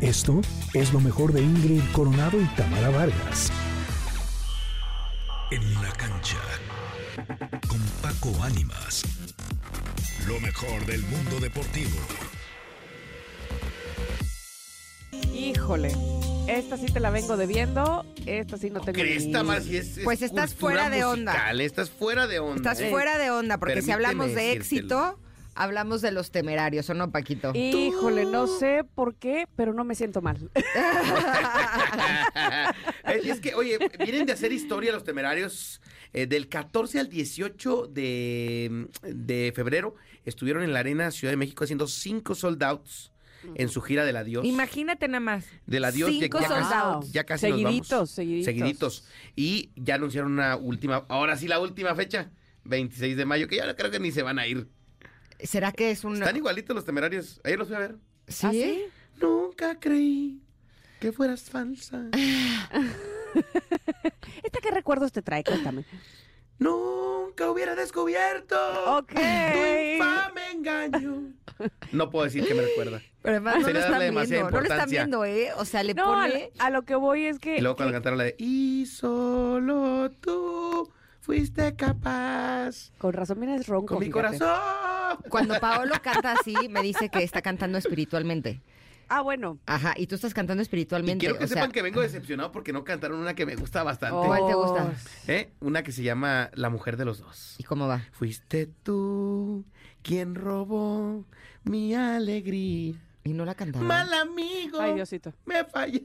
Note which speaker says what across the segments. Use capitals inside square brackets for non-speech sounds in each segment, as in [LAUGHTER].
Speaker 1: Esto es lo mejor de Ingrid Coronado y Tamara Vargas.
Speaker 2: En la cancha con Paco Ánimas. Lo mejor del mundo deportivo.
Speaker 3: Híjole, esta sí te la vengo debiendo, esta sí no tengo
Speaker 4: Cresta,
Speaker 3: ni-
Speaker 4: más si es, es
Speaker 5: Pues estás
Speaker 4: cultura
Speaker 5: fuera de onda.
Speaker 4: musical, Estás fuera de onda.
Speaker 5: Estás
Speaker 4: Eh,
Speaker 5: fuera de onda, porque si
Speaker 4: Permíteme
Speaker 5: hablamos de
Speaker 4: decírtelo.
Speaker 5: éxito, hablamos de los temerarios, ¿o no, Paquito?
Speaker 4: [LAUGHS]
Speaker 3: Híjole, no sé por qué, pero no me siento mal.
Speaker 4: [LAUGHS]
Speaker 3: [LAUGHS]
Speaker 4: es, es que, oye, vienen de hacer historia los temerarios. eh, del 14 al 18 de, de febrero estuvieron en la Arena Ciudad de México haciendo cinco sold outs en su gira del adiós.
Speaker 5: Imagínate nada más.
Speaker 4: Del adiós ya-
Speaker 5: Cinco
Speaker 4: ya casi-
Speaker 5: soldados.
Speaker 4: ya casi nos
Speaker 3: seguiditos,
Speaker 4: vamos.
Speaker 3: seguiditos.
Speaker 4: Seguiditos. Y ya anunciaron una última, ahora sí la última fecha, 26 de mayo, que ya no creo que ni se van a ir.
Speaker 5: ¿Será que es un...?
Speaker 4: Están igualitos los temerarios. Ayer los fui a ver.
Speaker 5: ¿Sí?
Speaker 3: ¿Ah, sí?
Speaker 4: Nunca creí que fueras falsa.
Speaker 3: ¿Esta qué recuerdos te trae? Cuéntame.
Speaker 4: Nunca hubiera descubierto
Speaker 3: Ok.
Speaker 4: tu infame engaño. No puedo decir que me recuerda.
Speaker 5: Pero además no
Speaker 4: Sería
Speaker 5: lo
Speaker 4: darle
Speaker 5: están
Speaker 4: demasiada
Speaker 5: viendo, no lo están
Speaker 4: importancia.
Speaker 5: viendo, ¿eh? O sea, le
Speaker 3: No, a,
Speaker 5: pone...
Speaker 3: a lo que voy es que...
Speaker 4: Y luego cuando
Speaker 3: que-
Speaker 4: cantaron la de Y solo tú fuiste capaz
Speaker 3: con razón vienes ronco.
Speaker 4: con mi
Speaker 3: fíjate.
Speaker 4: corazón.
Speaker 5: [LAUGHS] Cuando Paolo canta así, me dice que está cantando espiritualmente.
Speaker 3: Ah, bueno.
Speaker 5: Ajá, y tú estás
Speaker 4: Y
Speaker 5: cantando espiritualmente.
Speaker 4: quiero que
Speaker 5: o sea,
Speaker 4: sepan que vengo decepcionado porque no cantaron una que me gusta bastante.
Speaker 3: Oh.
Speaker 5: ¿Cuál te gusta?
Speaker 4: ¿Eh? Una que se llama La mujer de los dos.
Speaker 5: ¿Y cómo va?
Speaker 4: Fuiste tú quien robó mi alegría.
Speaker 5: Y no la cantaba.
Speaker 4: Mal amigo.
Speaker 3: Ay, Diosito.
Speaker 4: Me falla.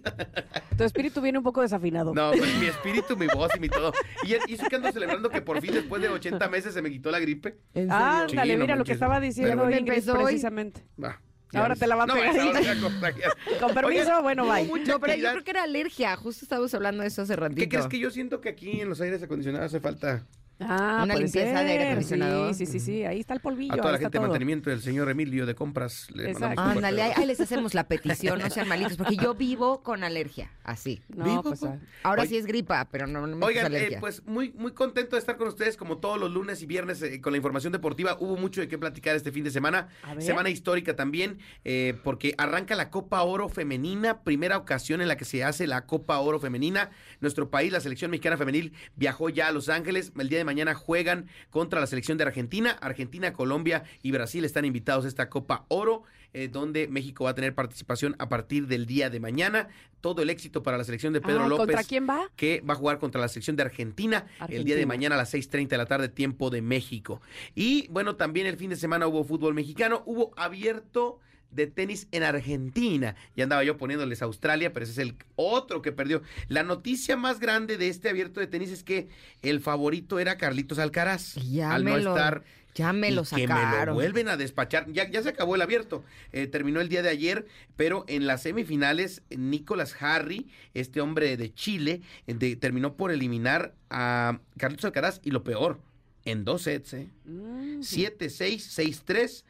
Speaker 3: Tu espíritu viene un poco desafinado.
Speaker 4: No, pues, mi espíritu, mi voz y mi todo. Y, y eso que ando celebrando que por fin después de 80 meses se me quitó la gripe.
Speaker 3: Ándale,
Speaker 4: Sí, no
Speaker 3: mira lo
Speaker 4: manches.
Speaker 3: que estaba diciendo
Speaker 4: Pero-
Speaker 3: Ingrid
Speaker 5: Empezó hoy.
Speaker 3: precisamente.
Speaker 4: Va.
Speaker 3: Ahora te la va a
Speaker 4: No,
Speaker 3: pegar.
Speaker 4: esa hora ya contagias.
Speaker 3: [LAUGHS] Con permiso,
Speaker 4: Oigan,
Speaker 3: bueno,
Speaker 4: hubo
Speaker 3: bye.
Speaker 4: mucha
Speaker 5: No, pero yo
Speaker 4: actividad.
Speaker 5: creo que era alergia. Justo estábamos hablando de eso hace ratito.
Speaker 4: ¿Qué crees que yo siento que aquí en los aires acondicionados hace falta
Speaker 3: Ah,
Speaker 5: Una
Speaker 3: puede
Speaker 5: limpieza de aire
Speaker 3: ser.
Speaker 5: acondicionado.
Speaker 3: Sí, sí, sí, sí, ahí está el polvillo.
Speaker 4: a toda
Speaker 3: ahí
Speaker 4: la
Speaker 3: está
Speaker 4: gente de
Speaker 3: todo.
Speaker 4: mantenimiento del señor Emilio de compras? Le
Speaker 3: Exacto.
Speaker 4: mandamos un fuerte
Speaker 5: Ándale, ahí,
Speaker 4: abrazo.
Speaker 5: ahí les hacemos la petición, no sean malitos, porque yo vivo con alergia, así.
Speaker 3: No,
Speaker 4: Vivo,
Speaker 3: pues,
Speaker 4: pues.
Speaker 3: ah.
Speaker 5: Ahora
Speaker 4: Oye-
Speaker 5: sí es gripa, pero no, no me
Speaker 4: Oigan, eh,
Speaker 5: alergia.
Speaker 4: pues muy, muy contento de estar con ustedes como todos los lunes y viernes eh, con la información deportiva. Hubo mucho de qué platicar este fin de semana.
Speaker 3: A ver.
Speaker 4: Semana histórica también, eh, porque arranca la Copa Oro Femenina, primera ocasión en la que se hace la Copa Oro Femenina. Nuestro país, la selección mexicana femenil, viajó ya a Los Ángeles. El día de mañana juegan contra la selección de Argentina. Argentina, Colombia y Brasil están invitados a esta Copa Oro, eh, donde México va a tener participación a partir del día de mañana. Todo el éxito para la selección de Pedro
Speaker 3: Ah,
Speaker 4: López
Speaker 3: ¿Contra quién va?
Speaker 4: que va a jugar contra la selección de Argentina, el día de
Speaker 3: Argentina.
Speaker 4: mañana a las 6.30 de la tarde, tiempo de México. Y bueno, también el fin de semana hubo fútbol mexicano, hubo abierto de tenis en Argentina. Ya andaba yo poniéndoles Australia, pero ese es el otro que perdió. La noticia más grande de este abierto de tenis es que el favorito era Carlitos Alcaraz.
Speaker 5: Ya
Speaker 4: al
Speaker 5: me
Speaker 4: no
Speaker 5: lo-
Speaker 4: estar
Speaker 5: ya me
Speaker 4: y
Speaker 5: lo
Speaker 4: Que me lo
Speaker 5: sacaron.
Speaker 4: vuelven a despachar. Ya, ya se acabó el abierto. Eh, terminó el día de ayer, pero en las semifinales, eh, Nicolás Harry, este hombre de Chile, eh, de- terminó por eliminar a Carlos Alcaraz y lo peor, en dos sets, ¿eh?
Speaker 3: Mm,
Speaker 4: 7-6, 6-3,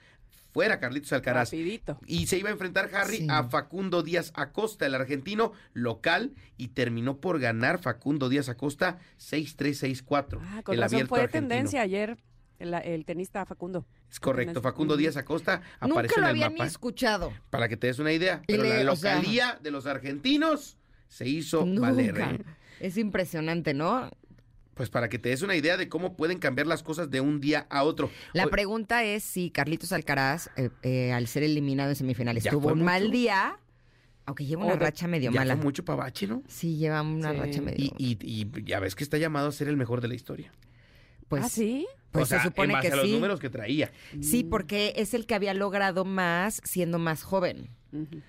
Speaker 4: fuera Carlitos Alcaraz.
Speaker 3: Rapidito.
Speaker 4: Y se iba a enfrentar Harry
Speaker 5: Sí.
Speaker 4: a Facundo Díaz Acosta, el argentino local, y terminó por ganar Facundo Díaz Acosta 6-3, 6-4.
Speaker 3: Ah, con
Speaker 4: el
Speaker 3: razón
Speaker 4: abierto
Speaker 3: fue de
Speaker 4: argentino.
Speaker 3: tendencia ayer el, el tenista Facundo.
Speaker 4: Es correcto,
Speaker 3: Apenas-
Speaker 4: Facundo
Speaker 3: Ujú.
Speaker 4: Díaz Acosta
Speaker 5: Nunca
Speaker 4: apareció
Speaker 5: lo
Speaker 4: en el
Speaker 5: había ni
Speaker 4: mapa.
Speaker 5: escuchado.
Speaker 4: Para que te des una idea, pero
Speaker 5: le-
Speaker 4: la
Speaker 5: o sea,
Speaker 4: localía de los argentinos se hizo
Speaker 5: Nunca.
Speaker 4: valer. ¿eh?
Speaker 5: Es impresionante, ¿no?
Speaker 4: Pues para que te des una idea de cómo pueden cambiar las cosas de un día a otro.
Speaker 5: La
Speaker 4: Oye,
Speaker 5: pregunta es si Carlitos Alcaraz, eh, eh, al ser eliminado en semifinales,
Speaker 4: Ya
Speaker 5: tuvo
Speaker 4: fue
Speaker 5: un mal
Speaker 4: mucho.
Speaker 5: día, aunque lleva una
Speaker 3: O de-
Speaker 5: racha medio
Speaker 4: ya
Speaker 5: mala.
Speaker 4: fue mucho pavache, ¿no?
Speaker 5: Sí, lleva una
Speaker 3: Sí.
Speaker 5: racha medio
Speaker 4: Y, y- y ya ves que está llamado a ser el mejor de la historia.
Speaker 5: Pues,
Speaker 3: ¿Ah, sí?
Speaker 5: pues
Speaker 4: o sea,
Speaker 5: se supone
Speaker 4: en base
Speaker 5: que
Speaker 4: a los
Speaker 5: sí.
Speaker 4: números que traía.
Speaker 5: Sí, porque es el que había logrado más siendo más joven.
Speaker 3: Mm, Ujú.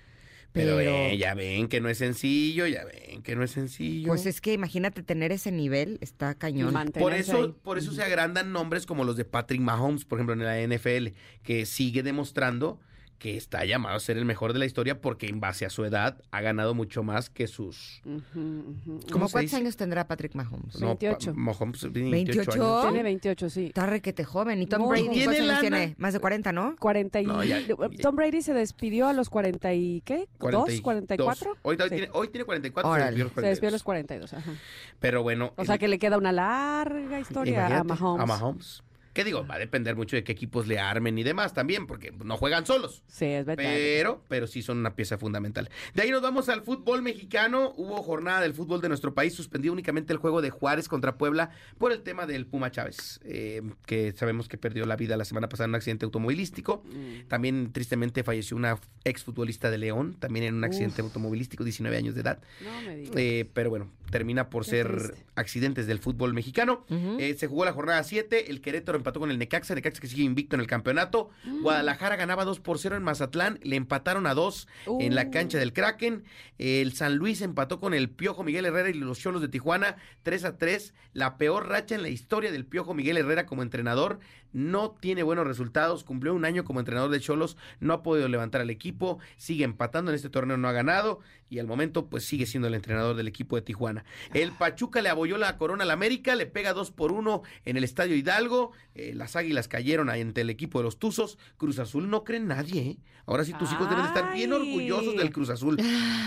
Speaker 4: Pero,
Speaker 5: Pero,
Speaker 4: eh, ya ven que no es sencillo, ya ven que no es sencillo.
Speaker 5: pues es que imagínate tener ese nivel, está cañón.
Speaker 4: Por
Speaker 3: Mantenerse
Speaker 4: eso,
Speaker 3: ahí.
Speaker 4: por eso se agrandan nombres como los de Patrick Mahomes, por ejemplo, en la NFL, que sigue demostrando que está llamado a ser el mejor de la historia porque en base a su edad ha ganado mucho más que sus...
Speaker 3: Ujú, ujú.
Speaker 4: ¿Cómo
Speaker 5: ¿Cómo
Speaker 4: se
Speaker 5: cuántos
Speaker 4: dice?
Speaker 5: años tendrá Patrick Mahomes?
Speaker 4: No, pa-
Speaker 3: 28.
Speaker 4: Mahomes tiene 28
Speaker 5: 28.
Speaker 4: años.
Speaker 3: Tiene 28, sí.
Speaker 5: Está requete joven. ¿Y Tom
Speaker 3: Muy
Speaker 5: Brady
Speaker 3: joven.
Speaker 5: cuántos
Speaker 4: ¿Tiene
Speaker 5: años
Speaker 4: lana?
Speaker 5: tiene? Más de 40, ¿no?
Speaker 3: 40 y-
Speaker 4: No, ya-
Speaker 3: Tom Brady se despidió a los 40 y ¿qué?
Speaker 4: 42.
Speaker 3: ¿Dos? 44.
Speaker 4: Hoy,
Speaker 3: Sí.
Speaker 4: tiene, hoy tiene 44.
Speaker 5: Órale.
Speaker 4: se despidió a los
Speaker 3: Se despidió a los
Speaker 4: 42.
Speaker 3: 42. ajá.
Speaker 4: Pero bueno.
Speaker 3: O sea que le queda una larga historia a
Speaker 4: imagínate,
Speaker 3: Mahomes.
Speaker 4: a Mahomes. Que digo, va a depender mucho de qué equipos le armen y demás también, porque no juegan solos.
Speaker 3: Sí, es verdad.
Speaker 4: Pero, pero sí son una pieza fundamental. De ahí nos vamos al fútbol mexicano. Hubo jornada del fútbol de nuestro país, suspendido únicamente el juego de Juárez contra Puebla por el tema del Puma Chávez, eh, que sabemos que perdió la vida la semana pasada en un accidente automovilístico.
Speaker 3: Mm.
Speaker 4: También tristemente falleció una exfutbolista de León, también en un accidente
Speaker 3: Uf.
Speaker 4: automovilístico, 19 años de edad.
Speaker 3: No me digas.
Speaker 4: Eh, pero bueno, termina por
Speaker 3: Qué
Speaker 4: ser
Speaker 3: triste.
Speaker 4: accidentes del fútbol mexicano.
Speaker 5: Ujú.
Speaker 4: Eh, se jugó la jornada 7, el Querétaro empató con el Necaxa, Necaxa que sigue invicto en el campeonato.
Speaker 3: Mm.
Speaker 4: Guadalajara ganaba 2 por 0 en Mazatlán, le empataron a 2 en la
Speaker 3: Uh.
Speaker 4: cancha del Kraken. El San Luis empató con el Piojo Miguel Herrera y los Cholos de Tijuana 3 a 3. La peor racha en la historia del Piojo Miguel Herrera como entrenador. No tiene buenos resultados, cumplió un año como entrenador de Cholos, no ha podido levantar al equipo, sigue empatando en este torneo, no ha ganado y al momento pues sigue siendo el entrenador del equipo de Tijuana. El Pachuca le abolló la corona al América, le pega 2 por 1 en el Estadio Hidalgo. Eh, las Águilas cayeron ante el equipo de los Tuzos. Cruz Azul no cree en nadie. ¿eh? Ahora sí, tus hijos deben estar bien
Speaker 3: Ay.
Speaker 4: orgullosos del Cruz Azul.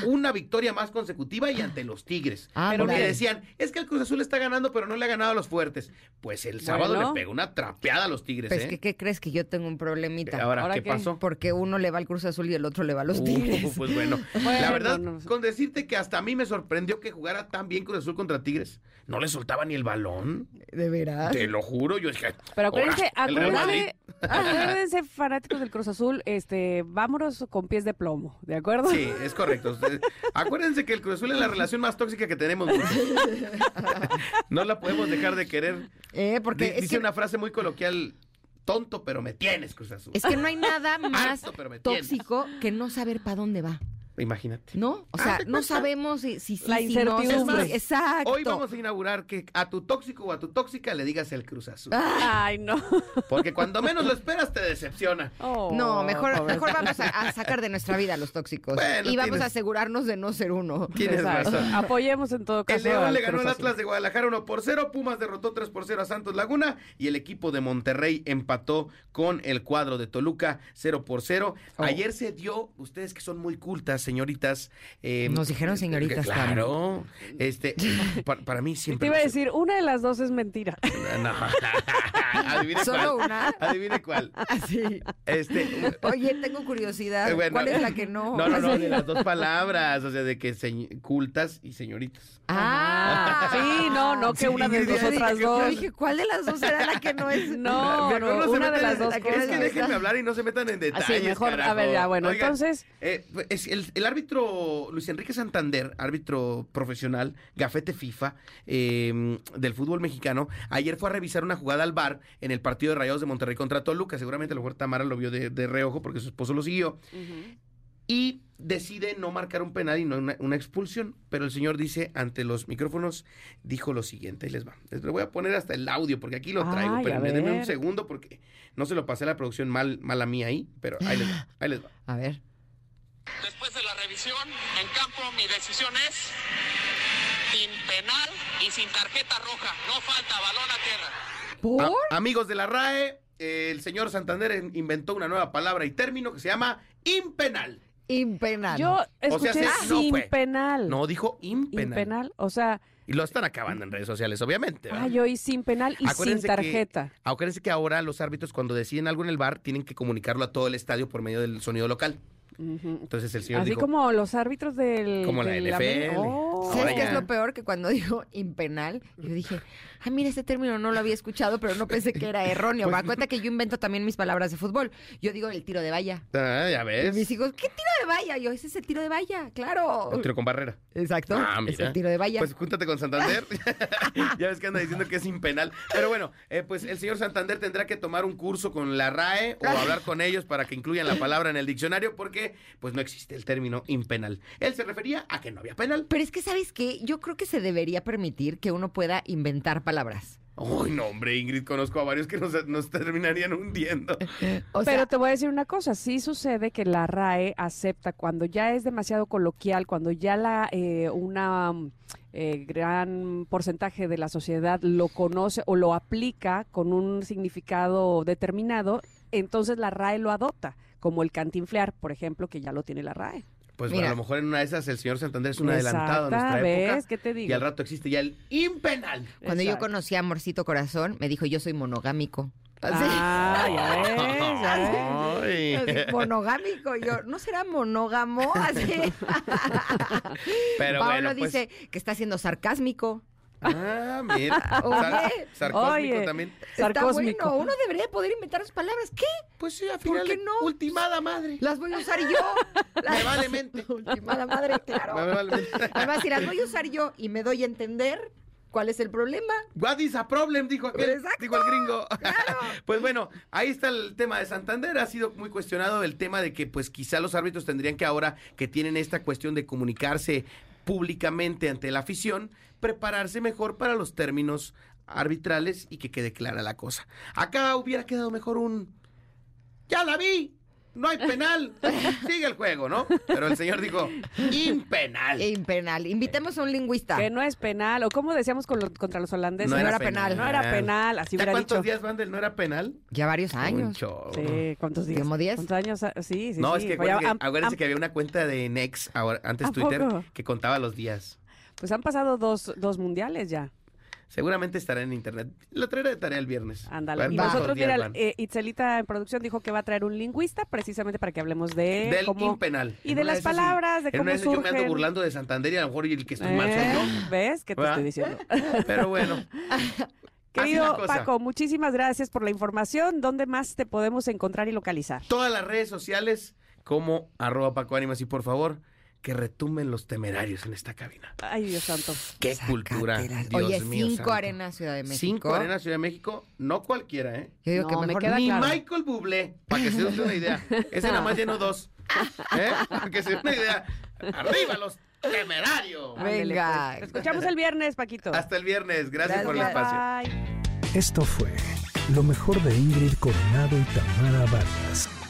Speaker 4: Una victoria más consecutiva y ante los Tigres.
Speaker 5: Ah,
Speaker 4: pero
Speaker 5: mira.
Speaker 4: mire, decían, es que el Cruz Azul está ganando, pero no le ha ganado a los fuertes. Pues el sábado
Speaker 3: Bueno.
Speaker 4: le pegó una trapeada a los Tigres.
Speaker 5: Pues,
Speaker 4: ¿eh?
Speaker 5: ¿qué, qué crees? Que yo tengo un problemita.
Speaker 4: Ahora,
Speaker 3: ¿Ahora
Speaker 4: ¿qué,
Speaker 3: qué?
Speaker 4: pasó?
Speaker 5: Porque uno le va al Cruz Azul y el otro le va a los
Speaker 4: Uh,
Speaker 5: Tigres. [LAUGHS]
Speaker 4: pues bueno, la
Speaker 3: Bueno,
Speaker 4: verdad,
Speaker 3: no, no.
Speaker 4: con decirte que hasta a mí me sorprendió que jugara tan bien Cruz Azul contra Tigres. No le soltaba ni el balón.
Speaker 5: De veras.
Speaker 4: Te lo juro, yo dije.
Speaker 3: Pero
Speaker 4: "Ahora,
Speaker 3: acuérdense,
Speaker 4: el Real Madrid".
Speaker 3: acuérdense, [LAUGHS] acuérdense, fanáticos del Cruz Azul, este, vámonos con pies de plomo, ¿de
Speaker 5: [LAUGHS]
Speaker 3: acuerdo?
Speaker 4: Sí, es correcto. Ustedes- Acuérdense que el Cruz Azul es la relación más tóxica que tenemos.
Speaker 5: [LAUGHS]
Speaker 4: güey. No la podemos dejar de querer.
Speaker 5: Eh, porque
Speaker 4: Di-
Speaker 5: es,
Speaker 4: dice
Speaker 5: que,
Speaker 4: una frase muy coloquial: tonto, pero me tienes, Cruz Azul.
Speaker 5: es que no
Speaker 4: [LAUGHS]
Speaker 5: hay nada más
Speaker 4: pero me tienes.
Speaker 5: tóxico que no saber para dónde va.
Speaker 4: Imagínate.
Speaker 5: ¿No? O sea, no sabemos si, si, si
Speaker 3: La
Speaker 5: si no, si-
Speaker 3: incertidumbre.
Speaker 5: Es más, Exacto.
Speaker 4: Hoy vamos a inaugurar que a tu tóxico o a tu tóxica le digas el Cruz Azul.
Speaker 3: [LAUGHS]
Speaker 5: Ah.
Speaker 3: Ay, no.
Speaker 4: Porque cuando menos lo esperas te decepciona.
Speaker 3: Oh,
Speaker 5: No, mejor,
Speaker 3: pobre-
Speaker 5: mejor vamos a, a sacar de nuestra vida a los tóxicos.
Speaker 4: [LAUGHS] Bueno,
Speaker 5: y vamos
Speaker 4: tienes-
Speaker 5: a asegurarnos de no ser uno.
Speaker 4: [LAUGHS] Tienes
Speaker 3: Exacto.
Speaker 4: razón.
Speaker 3: Apoyemos en todo caso.
Speaker 4: El León
Speaker 3: al
Speaker 4: le ganó
Speaker 3: Cruz
Speaker 4: al
Speaker 3: Azul.
Speaker 4: Atlas de Guadalajara 1 por 0, Pumas derrotó 3 por 0 a Santos Laguna y el equipo de Monterrey empató con el cuadro de Toluca 0 por 0.
Speaker 5: Oh.
Speaker 4: Ayer se dio, ustedes que son muy cultas, señoritas. eh,
Speaker 5: Nos dijeron
Speaker 4: eh,
Speaker 5: señoritas,
Speaker 4: Claro.
Speaker 5: [LAUGHS]
Speaker 4: Este, pa- para, mí
Speaker 3: Te
Speaker 4: siempre.
Speaker 3: iba a decir, una de las dos es mentira.
Speaker 5: [LAUGHS]
Speaker 4: No. Adivine
Speaker 5: Solo
Speaker 4: cuál.
Speaker 5: una.
Speaker 4: Adivine
Speaker 5: [LAUGHS]
Speaker 4: cuál.
Speaker 5: Así.
Speaker 4: Este.
Speaker 5: Oye, tengo curiosidad.
Speaker 4: eh, bueno,
Speaker 5: ¿Cuál es la que no?
Speaker 4: No, no,
Speaker 5: [LAUGHS]
Speaker 4: no, de las dos palabras, o sea, de que señ- cultas y señoritas.
Speaker 5: Ah.
Speaker 3: Sí, no, no, que
Speaker 4: Sí,
Speaker 3: una de
Speaker 4: Ingrid,
Speaker 3: las
Speaker 5: Yo
Speaker 3: otras
Speaker 5: dije- yo
Speaker 3: dos.
Speaker 5: dije, ¿cuál de las dos era la que no es?
Speaker 3: [LAUGHS] No,
Speaker 4: Mejor
Speaker 3: no,
Speaker 4: se
Speaker 3: una de
Speaker 4: metan
Speaker 3: las
Speaker 4: en-
Speaker 3: dos
Speaker 4: es que
Speaker 3: cosas.
Speaker 4: déjenme hablar y no se metan en [LAUGHS] detalles.
Speaker 3: Así, mejor, a ver, ya,
Speaker 4: carajo.
Speaker 3: bueno,
Speaker 4: Oigan,
Speaker 3: entonces,
Speaker 4: eh, es el, el árbitro Luis Enrique Santander, árbitro profesional, gafete FIFA eh, del fútbol mexicano, ayer fue a revisar una jugada al bar en el partido de Rayados de Monterrey contra Toluca. Seguramente a lo mejor Tamara lo vio de, de reojo porque su esposo lo siguió. Y decide no marcar un penal y no una, una expulsión. Pero el señor dice ante los micrófonos, dijo lo siguiente, ahí les va. Les voy a poner hasta el audio porque aquí lo traigo.
Speaker 3: Ay, a
Speaker 4: pero denme un
Speaker 3: ver.
Speaker 4: segundo porque no se lo pasé a la producción mal, mala mía ahí, pero ahí les va, ahí les va.
Speaker 5: A ver.
Speaker 6: Después de la revisión, en campo mi decisión es sin penal y sin tarjeta roja. No falta, balón a tierra.
Speaker 5: ¿Por?
Speaker 4: A- amigos de la RAE, eh, el señor Santander en- inventó una nueva palabra y término que se llama impenal.
Speaker 5: Impenal.
Speaker 3: yo
Speaker 4: Ah, O sea,
Speaker 3: escuché
Speaker 4: sí, no
Speaker 3: sin
Speaker 4: fue.
Speaker 3: penal.
Speaker 4: No, dijo impenal.
Speaker 3: Mm. Impenal. o sea,
Speaker 4: Y lo están acabando en redes sociales, obviamente. ¿verdad?
Speaker 3: ah, yo y sin penal y
Speaker 4: Acuérdense
Speaker 3: sin
Speaker 4: que-
Speaker 3: tarjeta.
Speaker 4: Acuérdense que ahora los árbitros cuando deciden algo en el bar tienen que comunicarlo a todo el estadio por medio del sonido local.
Speaker 3: Ujú.
Speaker 4: Entonces el señor
Speaker 3: Así
Speaker 4: dijo,
Speaker 3: como los árbitros del...
Speaker 4: Como la
Speaker 3: del
Speaker 4: NFL.
Speaker 3: América. Oh.
Speaker 4: Ahora
Speaker 5: ¿Sabes qué es
Speaker 4: ya.
Speaker 5: lo peor? Que cuando [LAUGHS] dijo impenal, yo dije, ah, mira, este término no lo había escuchado, pero no pensé que era erróneo.
Speaker 4: Pues
Speaker 5: Me da cuenta que yo invento también mis palabras de fútbol. Yo digo el tiro de valla.
Speaker 4: "Ah, ya
Speaker 5: Y
Speaker 4: ves,
Speaker 5: mis hijos, ¿qué tiro de valla? Yo, ese es el tiro de valla, claro.
Speaker 4: un tiro con barrera.
Speaker 5: Exacto.
Speaker 4: Ah,
Speaker 5: es
Speaker 4: mira.
Speaker 5: el tiro de valla.
Speaker 4: Pues júntate con Santander. [LAUGHS] ya ves que anda diciendo que es impenal. Pero bueno, eh, pues el señor Santander tendrá que tomar un curso con la RAE o hablar con ellos para que incluyan la palabra en el diccionario porque pues no existe el término impenal. Él se refería a que no había penal.
Speaker 5: Pero es que, ¿sabes qué? Yo creo que se debería permitir que uno pueda inventar palabras.
Speaker 4: Uy, no, hombre, Ingrid, conozco a varios que nos, nos terminarían hundiendo.
Speaker 5: O
Speaker 3: Pero
Speaker 5: sea,
Speaker 3: te voy a decir una cosa, sí sucede que la RAE acepta cuando ya es demasiado coloquial, cuando ya la eh, una mm, eh, gran porcentaje de la sociedad lo conoce o lo aplica con un significado determinado, entonces la RAE lo adopta, como el cantinflear, por ejemplo, que ya lo tiene la RAE.
Speaker 4: Pues
Speaker 5: Mira.
Speaker 4: a lo mejor en una de esas el señor Santander es un
Speaker 3: Exacta,
Speaker 4: adelantado a nuestra
Speaker 3: ¿ves?
Speaker 4: época.
Speaker 3: ¿Qué te digo?
Speaker 4: Y al rato existe ya el impenal.
Speaker 5: cuando yo
Speaker 3: Exacto.
Speaker 5: conocí a Amorcito Corazón, me dijo, yo soy monogámico. Así.
Speaker 3: Ah, ya
Speaker 4: [LAUGHS]
Speaker 3: ves, ya ves.
Speaker 4: Ay.
Speaker 5: Así, monogámico. Y Yo, ¿no
Speaker 4: [LAUGHS]
Speaker 5: será monógamo? Así.
Speaker 4: Pero
Speaker 5: Pablo
Speaker 4: bueno, pues-
Speaker 5: dice que está siendo sarcásmico.
Speaker 4: Ah, mira.
Speaker 5: [LAUGHS] Oye.
Speaker 4: Sar- sarcásmico
Speaker 3: Oye.
Speaker 4: también.
Speaker 5: Está
Speaker 3: Sarcásmico.
Speaker 5: bueno. Uno debería poder inventar sus palabras. ¿Qué?
Speaker 4: Pues sí, al
Speaker 5: ¿Por
Speaker 4: final.
Speaker 5: qué
Speaker 4: de-
Speaker 5: no?
Speaker 4: Ultimada madre.
Speaker 5: Las voy a usar
Speaker 4: [LAUGHS]
Speaker 5: yo.
Speaker 4: Me vale
Speaker 5: [LAUGHS]
Speaker 4: mente.
Speaker 5: Ultimada madre, claro.
Speaker 4: Me vale mente.
Speaker 5: Además, si las voy [LAUGHS] a usar yo y me doy a entender cuál es el problema.
Speaker 4: What is a problem, dijo aquel,
Speaker 5: Exacto,
Speaker 4: dijo el gringo. [LAUGHS] pues bueno, ahí está el tema de Santander. Ha sido muy cuestionado el tema de que, pues, quizá los árbitros tendrían que ahora que tienen esta cuestión de comunicarse públicamente ante la afición, prepararse mejor para los términos arbitrales y que quede clara la cosa. Acá hubiera quedado mejor un ya la vi. No hay
Speaker 3: [LAUGHS]
Speaker 4: penal, sigue el juego, ¿no? Pero el señor dijo, impenal.
Speaker 5: e Impenal. Invitemos a un lingüista.
Speaker 3: Que no es penal. O como decíamos con lo- contra los holandeses.
Speaker 5: No era penal.
Speaker 3: No era penal, así
Speaker 4: ¿Ya
Speaker 3: hubiera
Speaker 4: cuántos
Speaker 3: dicho.
Speaker 4: días van del no era penal?
Speaker 5: Ya varios
Speaker 4: Un
Speaker 5: años.
Speaker 4: chorro.
Speaker 3: Sí, ¿cuántos días?
Speaker 5: ¿Como diez?
Speaker 3: ¿Cuántos años? Ah, Sí, sí,
Speaker 4: no,
Speaker 3: sí.
Speaker 4: es que
Speaker 3: Oye,
Speaker 4: acuérdense,
Speaker 3: han-
Speaker 4: que, acuérdense
Speaker 3: han-
Speaker 4: que había una cuenta de Nex, ahora, antes
Speaker 3: ¿A
Speaker 4: Twitter,
Speaker 3: poco?
Speaker 4: que contaba los días.
Speaker 3: Pues han pasado dos, dos mundiales ya.
Speaker 4: Seguramente estará en internet. Lo traeré de tarea el viernes.
Speaker 3: Ándale.
Speaker 4: Ver
Speaker 3: Y
Speaker 4: cuántos
Speaker 3: nosotros,
Speaker 4: días
Speaker 3: mira,
Speaker 4: van.
Speaker 3: eh, Itzelita en producción dijo que va a traer un lingüista precisamente para que hablemos de
Speaker 4: Del
Speaker 3: cómo...
Speaker 4: impenal.
Speaker 3: eh, Y de
Speaker 4: En una
Speaker 3: las
Speaker 4: esas-
Speaker 3: palabras, de
Speaker 4: en
Speaker 3: cómo
Speaker 4: una esas yo me ando
Speaker 3: surgen.
Speaker 4: burlando de Santander y a lo mejor y el que estoy mal soy
Speaker 3: Eh,
Speaker 4: yo.
Speaker 3: ¿Ves? ¿Qué te
Speaker 4: ¿Verdad?
Speaker 3: estoy
Speaker 4: [LAUGHS]
Speaker 3: diciendo? [LAUGHS]
Speaker 4: Pero bueno.
Speaker 3: Querido
Speaker 4: la cosa.
Speaker 3: Paco, muchísimas gracias por la información. ¿Dónde más te podemos encontrar y localizar?
Speaker 4: Todas las redes sociales como arroba Paco Ánimas y por favor que retumben los temerarios en esta cabina.
Speaker 3: Ay, Dios santo.
Speaker 4: Qué cultura.
Speaker 5: Sácatelas.
Speaker 4: Dios
Speaker 5: Oye,
Speaker 4: mío
Speaker 5: cinco
Speaker 4: santo.
Speaker 5: arenas Ciudad de México.
Speaker 4: Cinco arenas Ciudad de México, no cualquiera, ¿eh?
Speaker 5: Yo digo
Speaker 3: No,
Speaker 5: que
Speaker 3: me
Speaker 5: mejor
Speaker 3: queda
Speaker 4: Ni
Speaker 3: claro.
Speaker 4: Michael Bublé, para que se dé una idea. Ese nada más llenó dos. ¿Eh? Para que se dé una idea. ¡Arriba los temerarios!
Speaker 5: Venga.
Speaker 3: Ándele, pues. Te escuchamos el viernes, Paquito.
Speaker 4: Hasta el viernes. Gracias
Speaker 5: Gracias.
Speaker 4: por el espacio.
Speaker 3: Bye.
Speaker 1: Esto fue lo mejor de Ingrid Coronado y Tamara Vargas.